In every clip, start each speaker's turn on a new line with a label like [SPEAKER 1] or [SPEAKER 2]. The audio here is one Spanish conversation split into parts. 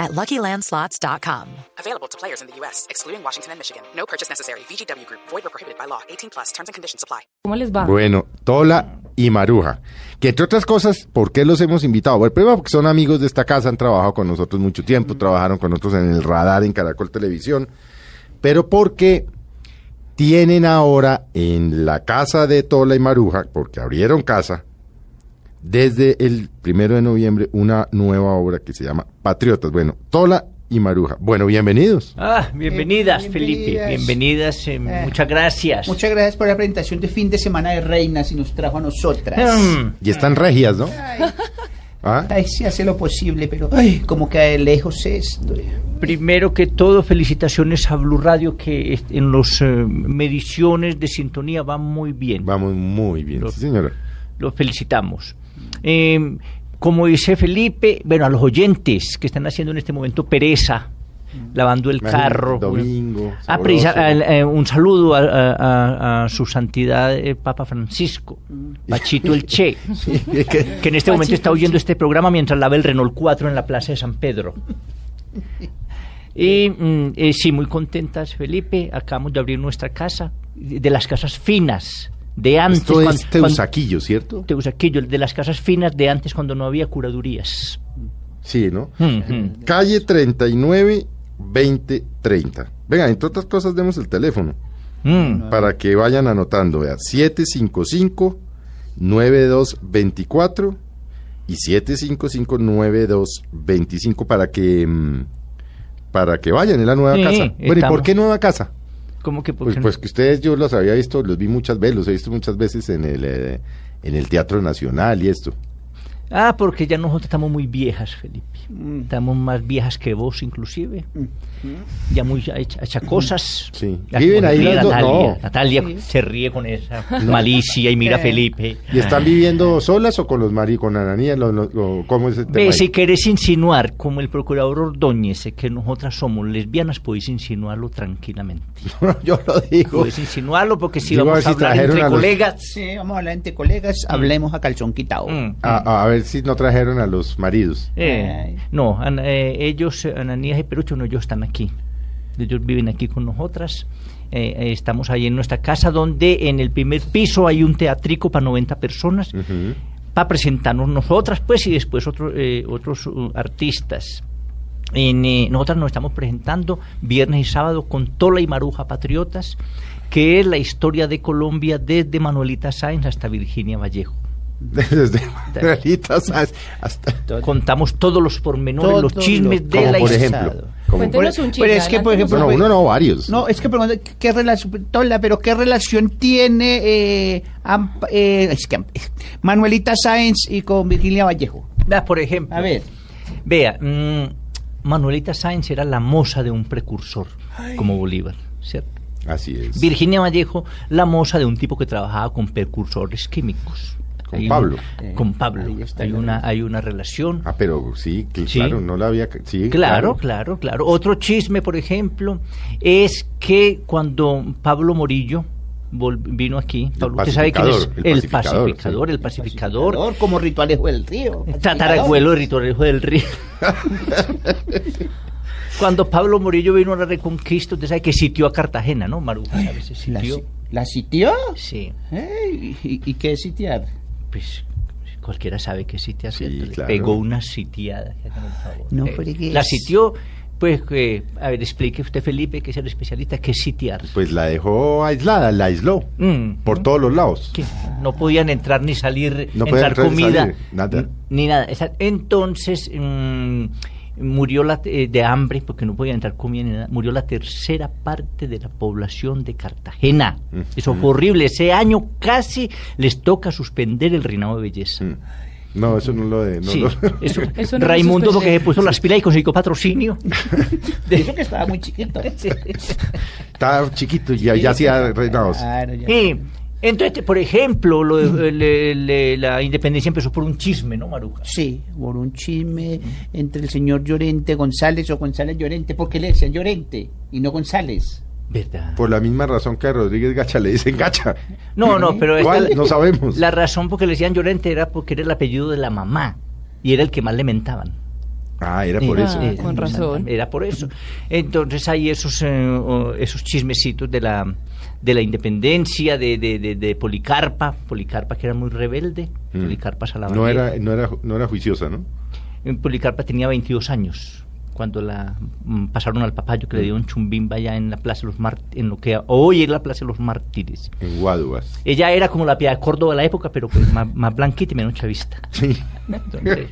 [SPEAKER 1] at luckylandslots.com.
[SPEAKER 2] Available to players in the U.S., excluding Washington and Michigan. No purchase necessary. VGW Group, void or prohibited by law. 18 plus terms and conditions apply.
[SPEAKER 3] ¿Cómo les va?
[SPEAKER 4] Bueno, Tola y Maruja, que entre otras cosas, ¿por qué los hemos invitado? Bueno, primero porque son amigos de esta casa, han trabajado con nosotros mucho tiempo, trabajaron con nosotros en el radar, en Caracol Televisión, pero porque tienen ahora en la casa de Tola y Maruja, porque abrieron casa, desde el primero de noviembre, una nueva obra que se llama Patriotas. Bueno, Tola y Maruja. Bueno, bienvenidos.
[SPEAKER 5] Ah, bienvenidas,
[SPEAKER 6] Eh,
[SPEAKER 5] Felipe.
[SPEAKER 6] bienvenidas.
[SPEAKER 5] Bienvenidas. eh, muchas gracias.
[SPEAKER 6] Muchas gracias por la presentación de fin de semana de Reina si nos trajo a nosotras.
[SPEAKER 5] Mm,
[SPEAKER 4] Y están regias, ¿no? ¿Ah?
[SPEAKER 6] Ay, sí hace lo posible, pero ay, como que de lejos esto. eh.
[SPEAKER 5] Primero que todo, felicitaciones a Blue Radio que est- en las mediciones de sintonía va muy bien.
[SPEAKER 4] Vamos muy bien, sí, señora.
[SPEAKER 5] Los felicitamos. Eh, como dice Felipe, bueno, a los oyentes que están haciendo en este momento pereza, lavando el
[SPEAKER 4] Imagínate,
[SPEAKER 5] carro.
[SPEAKER 4] domingo,
[SPEAKER 5] Ah, precisa-
[SPEAKER 4] sabroso.
[SPEAKER 5] al- eh, un saludo a, a- a- a su santidad eh, Papa Francisco, Pachito el Che. que en este momento está oyendo este programa mientras lava el Renault 4 en la Plaza de San Pedro. Y mm, eh, sí, muy contentas, Felipe. Acabamos de abrir nuestra casa, de las casas finas, de antes.
[SPEAKER 4] Esto
[SPEAKER 5] cuan-
[SPEAKER 4] es
[SPEAKER 5] cuan-
[SPEAKER 4] Teusaquillo, ¿cierto?
[SPEAKER 5] Teusaquillo, de las casas finas de antes cuando no había curadurías.
[SPEAKER 4] Sí, ¿no? mm,
[SPEAKER 5] Ujú.
[SPEAKER 4] Calle 39 2030. Venga, entre otras cosas demos el teléfono
[SPEAKER 5] Mm.
[SPEAKER 4] para que vayan anotando, vea, 755 9224 y 755 9225 para que mm, para que vayan en la nueva
[SPEAKER 5] Sí,
[SPEAKER 4] casa. Bueno, ¿y por
[SPEAKER 5] estamos.
[SPEAKER 4] qué nueva casa?
[SPEAKER 5] ¿Cómo que por
[SPEAKER 4] Pues,
[SPEAKER 5] qué no?
[SPEAKER 4] pues que ustedes yo los había visto, los vi muchas veces, los he visto muchas veces en el eh, en el Teatro Nacional y esto.
[SPEAKER 5] Ah, porque ya nosotros estamos muy viejas, Felipe. Estamos más viejas que vos, inclusive. Ya muy ya hecha, hecha cosas.
[SPEAKER 4] Sí.
[SPEAKER 5] Ya
[SPEAKER 4] Viven
[SPEAKER 5] como
[SPEAKER 4] ahí
[SPEAKER 5] ríe
[SPEAKER 4] las dos,
[SPEAKER 5] Natalia.
[SPEAKER 4] no.
[SPEAKER 5] Natalia se ríe con esa malicia y mira a Felipe.
[SPEAKER 4] ¿Y están viviendo solas o con los mari con Ananías? Lo- lo- lo- ¿Cómo es este el tema?
[SPEAKER 5] Ve,
[SPEAKER 4] ahí?
[SPEAKER 5] si querés insinuar, como el procurador Ordóñez, eh, que nosotras somos lesbianas, podéis insinuarlo tranquilamente.
[SPEAKER 4] No, yo lo digo.
[SPEAKER 5] Podéis insinuarlo porque si
[SPEAKER 4] Digo, a ver
[SPEAKER 5] vamos a
[SPEAKER 4] si
[SPEAKER 5] hablar
[SPEAKER 4] trajeron
[SPEAKER 5] entre
[SPEAKER 4] a los-
[SPEAKER 5] colegas...
[SPEAKER 6] Sí, vamos a hablar entre colegas, hablemos a calzón quitado.
[SPEAKER 5] Mm.
[SPEAKER 4] A, a ver si no trajeron a los maridos.
[SPEAKER 5] Eh,
[SPEAKER 6] Ay.
[SPEAKER 5] no, Ana- eh, ellos, eh, Ananías y Perucho, no, ellos están aquí. Ellos viven aquí con nosotras. Eh, eh, estamos ahí en nuestra casa donde en el primer piso hay un teatrico para 90 personas
[SPEAKER 4] Ujú.
[SPEAKER 5] para presentarnos nosotras, pues, y después otro, eh, otros uh, artistas. En, eh, nosotras nos estamos presentando viernes y sábado con Tola y Maruja Patriotas, que es la historia de Colombia desde Manuelita Sáenz hasta Virginia Vallejo.
[SPEAKER 4] Desde Margarita Sáenz hasta...
[SPEAKER 5] Contamos todos los pormenores, los
[SPEAKER 6] Todo
[SPEAKER 5] chismes
[SPEAKER 6] lo-
[SPEAKER 5] de
[SPEAKER 4] Como
[SPEAKER 5] la
[SPEAKER 4] por
[SPEAKER 5] historia.
[SPEAKER 4] ejemplo. como-
[SPEAKER 3] Cuéntenos un chisme,
[SPEAKER 6] Pero es que, por
[SPEAKER 3] adelante,
[SPEAKER 6] ejemplo,
[SPEAKER 4] Pues,
[SPEAKER 5] pues,
[SPEAKER 4] No, no, uno no, varios.
[SPEAKER 6] No, es que pregunta, ¿qué- ¿qué relación, Tola, pero qué relación tiene eh, Amp- eh, es que Amp- Manuelita Sáenz y con Virginia Vallejo?
[SPEAKER 5] Vea, por ejemplo.
[SPEAKER 6] A ver.
[SPEAKER 5] Vea, mm, Manuelita Sáenz era la moza de un precursor, como Bolívar, ¿cierto?
[SPEAKER 4] Así es.
[SPEAKER 5] Virginia Vallejo, la moza de un tipo que trabajaba con precursores químicos.
[SPEAKER 4] Con
[SPEAKER 5] Hay un-
[SPEAKER 4] Pablo. Eh,
[SPEAKER 5] con Pablo.
[SPEAKER 6] Ahí está
[SPEAKER 5] hay,
[SPEAKER 6] la
[SPEAKER 5] una, hay una relación.
[SPEAKER 4] Ah, pero sí, que-
[SPEAKER 5] Sí.
[SPEAKER 4] claro, no la había... Sí,
[SPEAKER 5] Claro, claro, claro. Otro chisme, por ejemplo, es que cuando Pablo Morillo vol- vino aquí, Pablo, usted sabe quién es
[SPEAKER 4] pacificador, el
[SPEAKER 5] el
[SPEAKER 4] pacificador,
[SPEAKER 5] pacificador,
[SPEAKER 4] sí.
[SPEAKER 5] el pacificador,
[SPEAKER 6] Como rituales del río.
[SPEAKER 5] Tatarabuelo de Ritorejo del Río. Cuando Pablo Morillo vino a la Reconquista, usted sabe que sitió a Cartagena, ¿no, Maruja? A veces
[SPEAKER 6] ¿La,
[SPEAKER 5] sitió.
[SPEAKER 6] ci- la sitió?
[SPEAKER 5] Sí,
[SPEAKER 6] Ey, ¿Y, y qué es sitiar?
[SPEAKER 5] pues cualquiera sabe que sitia,
[SPEAKER 4] Sí,
[SPEAKER 5] ¿cierto? Le
[SPEAKER 4] claro.
[SPEAKER 5] pegó una sitiada. que hagan el favor.
[SPEAKER 6] No
[SPEAKER 5] Eh,
[SPEAKER 6] fregues.
[SPEAKER 5] La sitió, pues, que- a ver, explique usted, Felipe, que es el especialista, que es sitiar.
[SPEAKER 4] Pues la dejó aislada, la aisló.
[SPEAKER 5] Mm.
[SPEAKER 4] Por todos los lados.
[SPEAKER 5] que no podían entrar ni salir,
[SPEAKER 4] No podían
[SPEAKER 5] entrar
[SPEAKER 4] entrar ni
[SPEAKER 5] comida,
[SPEAKER 4] salir, nada.
[SPEAKER 5] n- ni nada. Esa- Entonces mm, murió la, te- eh, de hambre porque no podían entrar comida ni nada. Murió la tercera parte de la población de Cartagena.
[SPEAKER 4] Ujú.
[SPEAKER 5] Eso fue horrible. Ese año casi les toca suspender el reinado de belleza.
[SPEAKER 4] Mm. No, eso no lo... De, no
[SPEAKER 5] Sí,
[SPEAKER 4] lo-
[SPEAKER 5] eso-
[SPEAKER 3] Eso no lo
[SPEAKER 5] Raimundo
[SPEAKER 3] suspende.
[SPEAKER 5] porque se puso las pilas y consiguió patrocinio.
[SPEAKER 6] De eso que estaba muy chiquito.
[SPEAKER 5] Sí.
[SPEAKER 4] Estaba chiquito y ya, ya hacía reinados.
[SPEAKER 6] Claro, ya.
[SPEAKER 5] Y Entonces, por ejemplo, lo de- el- el- el- la independencia empezó por un chisme, ¿no, Maruja?
[SPEAKER 6] Sí, por un chisme entre el señor Llorente González o González Llorente, porque le decían Llorente y no González.
[SPEAKER 5] ¿Verdad?
[SPEAKER 4] Por la misma razón que a Rodríguez Gacha le dicen Gacha.
[SPEAKER 5] No, no, pero esta-
[SPEAKER 4] ¿Cuál? No sabemos.
[SPEAKER 5] la razón por que le decían Llorente era porque era el apellido de la mamá y era el que más le mentaban.
[SPEAKER 4] Ah, era por
[SPEAKER 5] Eh,
[SPEAKER 4] eso.
[SPEAKER 5] eh,
[SPEAKER 3] con razón.
[SPEAKER 5] Era por eso. Entonces hay esos, eh, o- esos chismecitos de la, de la independencia, de, de, de- de Policarpa, Policarpa que era muy rebelde,
[SPEAKER 4] Mm.
[SPEAKER 5] Policarpa Salamanca.
[SPEAKER 4] No era, no, era, no era juiciosa, ¿no?
[SPEAKER 5] Eh, Policarpa tenía 22 años cuando la mm, pasaron al papayo que le dio un chumbimba allá en la Plaza de los Mártires, en lo que hoy es la Plaza de los Mártires.
[SPEAKER 4] En Guaduas.
[SPEAKER 5] Ella era como la Piedad Córdoba de la época, pero pues más, más blanquita y menos chavista.
[SPEAKER 4] Sí.
[SPEAKER 5] Entonces,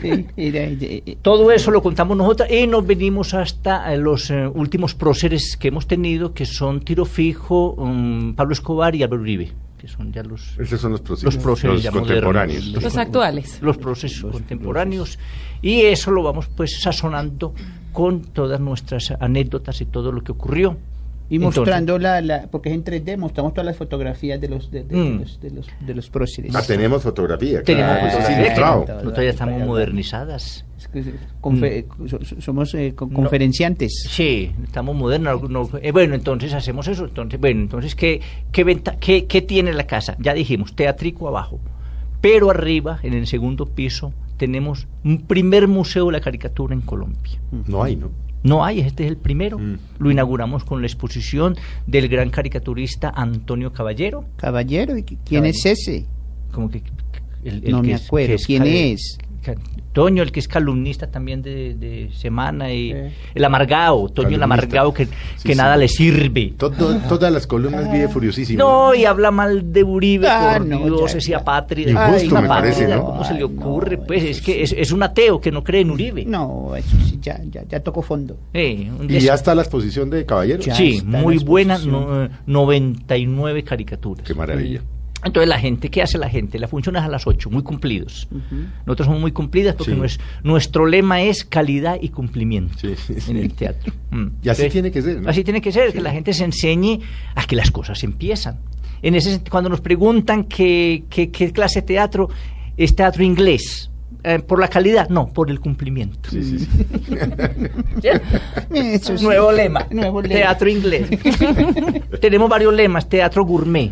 [SPEAKER 6] Sí, era- eh, eh,
[SPEAKER 5] todo eso lo contamos nosotros y nos venimos hasta eh, los eh, últimos próceres que hemos tenido, que son Tiro Fijo, mm, Pablo Escobar y Álvaro Uribe, que son ya los,
[SPEAKER 4] Esos son los próceres.
[SPEAKER 5] los próceres ya modernos,
[SPEAKER 4] contemporáneos.
[SPEAKER 3] Los actuales.
[SPEAKER 5] los procesos contemporáneos y eso lo vamos pues sazonando con todas nuestras anécdotas y todo lo que ocurrió.
[SPEAKER 6] Y
[SPEAKER 5] Entonces,
[SPEAKER 6] mostrando la, la- porque es en 3D, mostramos todas las fotografías de los, de, de- de
[SPEAKER 5] Mm.
[SPEAKER 6] los, de los, de los próceres.
[SPEAKER 4] Ah, tenemos fotografía.
[SPEAKER 5] tenemos
[SPEAKER 4] claro, eso es
[SPEAKER 5] fotografías.
[SPEAKER 4] ilustrado.
[SPEAKER 6] Claro.
[SPEAKER 5] Nosotros ya estamos modernizadas.
[SPEAKER 6] Es que, confe-
[SPEAKER 5] Mm.
[SPEAKER 6] so- so- somos eh, con- conferenciantes.
[SPEAKER 5] Sí, estamos modernos. no- eh, bueno, entonces hacemos eso. Entonces, bueno, entonces ¿qué, qué, venta- qué, qué tiene la casa? Ya dijimos, teatrico abajo. Pero arriba, en el segundo piso, tenemos un primer museo de la caricatura en Colombia.
[SPEAKER 4] No hay, ¿no?
[SPEAKER 5] No hay, este es el primero.
[SPEAKER 4] Mm.
[SPEAKER 5] Lo inauguramos con la exposición del gran caricaturista Antonio Caballero.
[SPEAKER 6] Caballero, ¿y qui- ¿quién
[SPEAKER 5] Caballero.
[SPEAKER 6] es ese?
[SPEAKER 5] Como que, el- el
[SPEAKER 6] No
[SPEAKER 5] que
[SPEAKER 6] me
[SPEAKER 5] es- que
[SPEAKER 6] acuerdo. ¿Quién
[SPEAKER 5] cal-
[SPEAKER 6] es?
[SPEAKER 5] ca- Toño, el que es calumnista también de, de Semana, y
[SPEAKER 6] Eh.
[SPEAKER 5] el amargado, Toño el
[SPEAKER 4] Calumnista.
[SPEAKER 5] amargado que, que
[SPEAKER 4] sí.
[SPEAKER 5] nada le sirve.
[SPEAKER 4] Todo- todas las columnas vive furiosísimo.
[SPEAKER 5] No, y habla mal de Uribe,
[SPEAKER 6] Ah,
[SPEAKER 5] por
[SPEAKER 6] no,
[SPEAKER 5] Dios,
[SPEAKER 6] ya,
[SPEAKER 5] es
[SPEAKER 6] ya.
[SPEAKER 5] apátrida.
[SPEAKER 4] Injusto,
[SPEAKER 5] Ay,
[SPEAKER 4] me parece,
[SPEAKER 5] apátrida,
[SPEAKER 4] ¿no?
[SPEAKER 5] ¿Cómo se le
[SPEAKER 6] Ay, no,
[SPEAKER 5] ocurre? pues
[SPEAKER 6] eso
[SPEAKER 5] es que es, es un ateo que no cree en Uribe.
[SPEAKER 6] No, eso sí, ya, ya, ya tocó fondo.
[SPEAKER 5] Eh, un
[SPEAKER 4] Y
[SPEAKER 5] des-
[SPEAKER 4] ya está la exposición de Caballero.
[SPEAKER 6] Ya.
[SPEAKER 5] Sí,
[SPEAKER 6] está la
[SPEAKER 5] muy buena,
[SPEAKER 6] exposición.
[SPEAKER 5] no- eh, 99 caricaturas.
[SPEAKER 4] Qué maravilla.
[SPEAKER 5] Entonces la gente, ¿qué hace la gente? La función es a las 8, muy cumplidos. Nosotros somos muy cumplidas porque
[SPEAKER 4] Sí.
[SPEAKER 5] nues- nuestro lema es calidad y cumplimiento
[SPEAKER 4] Sí, sí, sí.
[SPEAKER 5] en el teatro. Mm.
[SPEAKER 4] Y así
[SPEAKER 5] Entonces,
[SPEAKER 4] tiene que ser, ¿no?
[SPEAKER 5] Así tiene que ser, que la gente se enseñe a que las cosas empiezan. En ese sentido, cuando nos preguntan qué, qué- qué clase de teatro es teatro inglés, eh, por la calidad, no, por el cumplimiento. Ah,
[SPEAKER 4] Sí, sí, sí.
[SPEAKER 6] Eso sí.
[SPEAKER 5] Nuevo lema.
[SPEAKER 6] Nuevo lema.
[SPEAKER 5] Teatro inglés. Tenemos varios lemas. Teatro gourmet.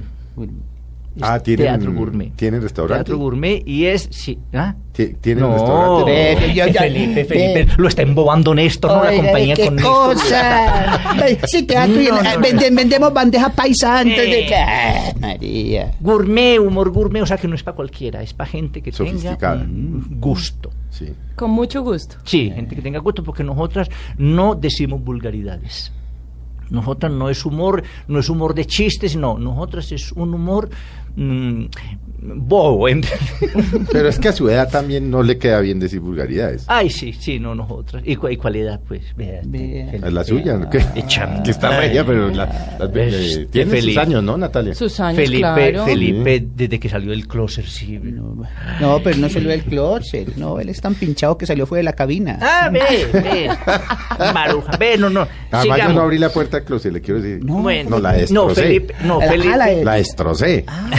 [SPEAKER 4] Ah, tienen,
[SPEAKER 5] Teatro gourmet.
[SPEAKER 4] tienen restaurante.
[SPEAKER 5] Teatro gourmet y es... Sí, ¿ah?
[SPEAKER 4] Ti- Tienen
[SPEAKER 5] No, Eh,
[SPEAKER 4] restaurante.
[SPEAKER 6] Pero ya- ya-
[SPEAKER 5] Felipe, Felipe,
[SPEAKER 6] Eh.
[SPEAKER 5] lo está embobando Néstor, no la
[SPEAKER 6] Oiga,
[SPEAKER 5] compañía
[SPEAKER 6] ¿Qué
[SPEAKER 5] con Néstor.
[SPEAKER 6] cosa? Ay, Sí, teatro y-
[SPEAKER 5] No, no,
[SPEAKER 6] eh,
[SPEAKER 5] no.
[SPEAKER 6] venden- vendemos bandejas paisa antes de
[SPEAKER 5] Eh.
[SPEAKER 6] que. Ah, María.
[SPEAKER 5] Gourmet, humor gourmet, o sea que no es para cualquiera, es para gente que tenga
[SPEAKER 4] Sofisticada.
[SPEAKER 5] un gusto.
[SPEAKER 4] Sí.
[SPEAKER 3] Con mucho gusto.
[SPEAKER 5] Sí, gente que tenga gusto, porque nosotras no decimos vulgaridades. Nosotras no es humor, no es humor de chistes, no. Nosotras es un humor mm, bobo. ¿ent-
[SPEAKER 4] Pero es que a su edad también no le queda bien decir vulgaridades.
[SPEAKER 5] Ay, sí, sí, no nosotras. ¿Y, cu- y cuál edad, pues? Vea,
[SPEAKER 6] Vea.
[SPEAKER 5] Felipe,
[SPEAKER 4] Es la suya,
[SPEAKER 5] ah,
[SPEAKER 4] ¿no? que,
[SPEAKER 5] Echa-
[SPEAKER 4] que está bella, pero la, la-
[SPEAKER 5] Ves,
[SPEAKER 4] eh,
[SPEAKER 5] qué
[SPEAKER 4] tiene sus
[SPEAKER 5] feliz.
[SPEAKER 4] años, ¿no, Natalia?
[SPEAKER 3] Sus años,
[SPEAKER 5] Felipe,
[SPEAKER 3] claro.
[SPEAKER 5] Felipe, desde que salió del closet, sí.
[SPEAKER 6] No, pero no salió del closet. No, él es tan pinchado que salió fue de la cabina.
[SPEAKER 5] Ah, ve, ve. Maruja, ve, no, no.
[SPEAKER 4] Además, yo
[SPEAKER 5] sigamos.
[SPEAKER 4] no abrí la puerta al closet, le quiero decir.
[SPEAKER 5] No, eh. Bueno.
[SPEAKER 4] no la
[SPEAKER 5] No,
[SPEAKER 4] destrocé.
[SPEAKER 5] Felipe, no,
[SPEAKER 6] Ah,
[SPEAKER 5] Felipe.
[SPEAKER 6] la-
[SPEAKER 4] La destrocé.
[SPEAKER 5] Ah.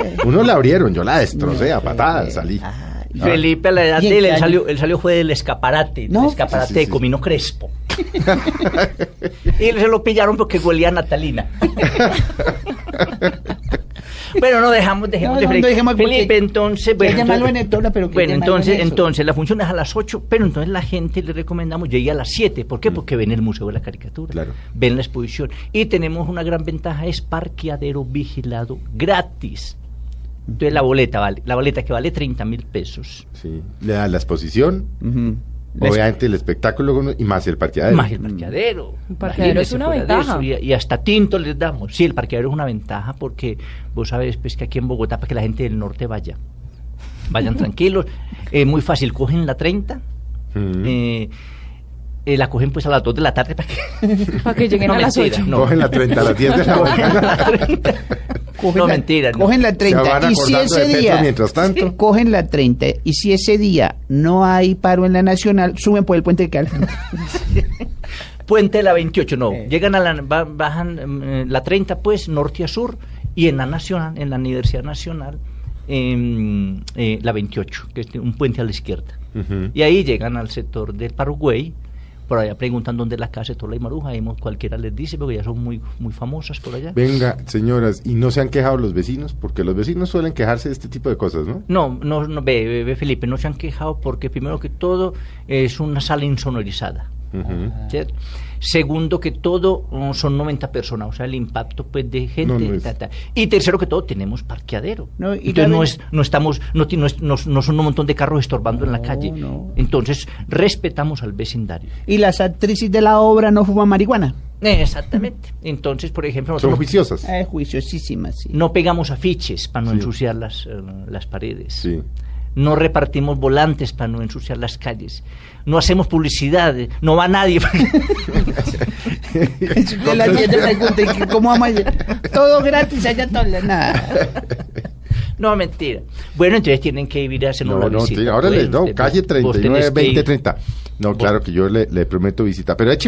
[SPEAKER 6] Ay.
[SPEAKER 4] Uno la abrieron, yo la destrocé a patadas, salí.
[SPEAKER 5] Ah.
[SPEAKER 6] Ay.
[SPEAKER 5] Felipe a la edad
[SPEAKER 6] Ah. ¿Y en
[SPEAKER 5] de él,
[SPEAKER 6] qué
[SPEAKER 5] él
[SPEAKER 6] año?
[SPEAKER 5] salió, él salió fue del escaparate,
[SPEAKER 6] No.
[SPEAKER 5] del escaparate
[SPEAKER 4] Sí, sí,
[SPEAKER 5] de
[SPEAKER 4] sí.
[SPEAKER 5] Comino Crespo. y se lo pillaron porque golía a Natalina. bueno, no dejamos, dejemos
[SPEAKER 6] No,
[SPEAKER 5] de
[SPEAKER 6] no,
[SPEAKER 5] freír.
[SPEAKER 6] no dejemos porque-
[SPEAKER 5] Felipe, entonces, bueno,
[SPEAKER 6] Ya llamarlo
[SPEAKER 5] entonces-
[SPEAKER 6] Benetona, pero que
[SPEAKER 5] bueno,
[SPEAKER 6] llamarlo
[SPEAKER 5] entonces,
[SPEAKER 6] en eso.
[SPEAKER 5] entonces la función es a las 8, pero entonces la gente le recomendamos llegue a las 7, ¿por qué? Porque ven el Museo de la Caricatura,
[SPEAKER 4] Claro.
[SPEAKER 5] ven la exposición y tenemos una gran ventaja, es parqueadero vigilado gratis. Entonces la boleta vale, la boleta que vale 30 mil pesos.
[SPEAKER 4] Sí. Le da la exposición,
[SPEAKER 6] Ujú.
[SPEAKER 4] obviamente el espectáculo y más el parqueadero.
[SPEAKER 5] Más el parqueadero.
[SPEAKER 3] El parqueadero es
[SPEAKER 5] Imagínese
[SPEAKER 3] una
[SPEAKER 5] fuera de
[SPEAKER 3] ventaja.
[SPEAKER 5] eso, Y, y hasta tinto les damos. Sí, el parqueadero es una ventaja porque vos sabes pues, que aquí en Bogotá, para que la gente del norte vaya, vayan tranquilos, es muy fácil, cogen la 30,
[SPEAKER 4] Mm.
[SPEAKER 5] eh, eh, la cogen pues a las 2 de la tarde para que...
[SPEAKER 3] Para que lleguen
[SPEAKER 5] No,
[SPEAKER 3] a las
[SPEAKER 5] mentira,
[SPEAKER 3] 8.
[SPEAKER 5] no.
[SPEAKER 4] Cogen la 30 a las 10 de la mañana.
[SPEAKER 6] Cogen
[SPEAKER 5] no,
[SPEAKER 6] la-
[SPEAKER 5] mentira. no.
[SPEAKER 6] Cogen la
[SPEAKER 4] Se
[SPEAKER 6] 30.
[SPEAKER 4] van
[SPEAKER 6] Y si
[SPEAKER 4] acordando
[SPEAKER 6] ese
[SPEAKER 4] de Petro
[SPEAKER 6] día.
[SPEAKER 4] mientras tanto.
[SPEAKER 6] Sí, Cogen la 30. Y si ese día no hay paro en la nacional, suben por el puente de Cal.
[SPEAKER 3] Eh.
[SPEAKER 5] em, eh, Puente de la 28, no. Llegan a la... ba- bajan mm, la 30 pues, norte a sur. Y en la nacional, en la Universidad Nacional, em, eh, la 28, que es un puente a la izquierda.
[SPEAKER 4] Ujú.
[SPEAKER 5] Y ahí llegan al sector del Paraguay, por allá preguntan dónde es la casa de Tola y Maruja, ahí mo- cualquiera les dice, porque ya son muy, muy famosas por allá.
[SPEAKER 4] Venga, señoras, y no se han quejado los vecinos, porque los vecinos suelen quejarse de este tipo de cosas, ¿no?
[SPEAKER 5] No, no, no ve, ve, ve, Felipe, no se han quejado porque primero que todo es una sala insonorizada.
[SPEAKER 4] Ujú.
[SPEAKER 5] ¿cierto? Segundo que todo mm, son 90 personas, o sea, el impacto pues de gente.
[SPEAKER 4] No, no es.
[SPEAKER 5] ta, ta. Y tercero que todo tenemos parqueadero.
[SPEAKER 6] No, y
[SPEAKER 5] Entonces no
[SPEAKER 6] también-
[SPEAKER 5] es no estamos no, ti- no, es- no- no son un montón de carros estorbando en la
[SPEAKER 6] No,
[SPEAKER 5] calle.
[SPEAKER 6] no.
[SPEAKER 5] Entonces respetamos al vecindario.
[SPEAKER 6] Y las actrices de la obra no fuman marihuana.
[SPEAKER 5] Exactamente. Entonces, por ejemplo,
[SPEAKER 4] Son
[SPEAKER 5] nosotros
[SPEAKER 4] juiciosas.
[SPEAKER 6] Es juiciosísima, sí.
[SPEAKER 5] no pegamos afiches para no
[SPEAKER 4] Sí.
[SPEAKER 5] ensuciar las, eh, las paredes.
[SPEAKER 4] Sí.
[SPEAKER 5] No repartimos volantes para no ensuciar las calles. No hacemos publicidad. eh, No va nadie.
[SPEAKER 6] De la tienda pregunta, ¿y qué- ¿cómo vamos a ir? Todo gratis allá, todo nada.
[SPEAKER 5] No, mentira. Bueno, entonces tienen que ir a hacer
[SPEAKER 4] No,
[SPEAKER 5] una
[SPEAKER 4] no,
[SPEAKER 5] visita.
[SPEAKER 4] te- ahora
[SPEAKER 5] Bueno,
[SPEAKER 4] les no,
[SPEAKER 5] usted-
[SPEAKER 4] calle
[SPEAKER 5] vos tenés
[SPEAKER 4] 39,
[SPEAKER 5] que ir.
[SPEAKER 4] 20, 30. No, claro que yo le, le prometo visita, pero es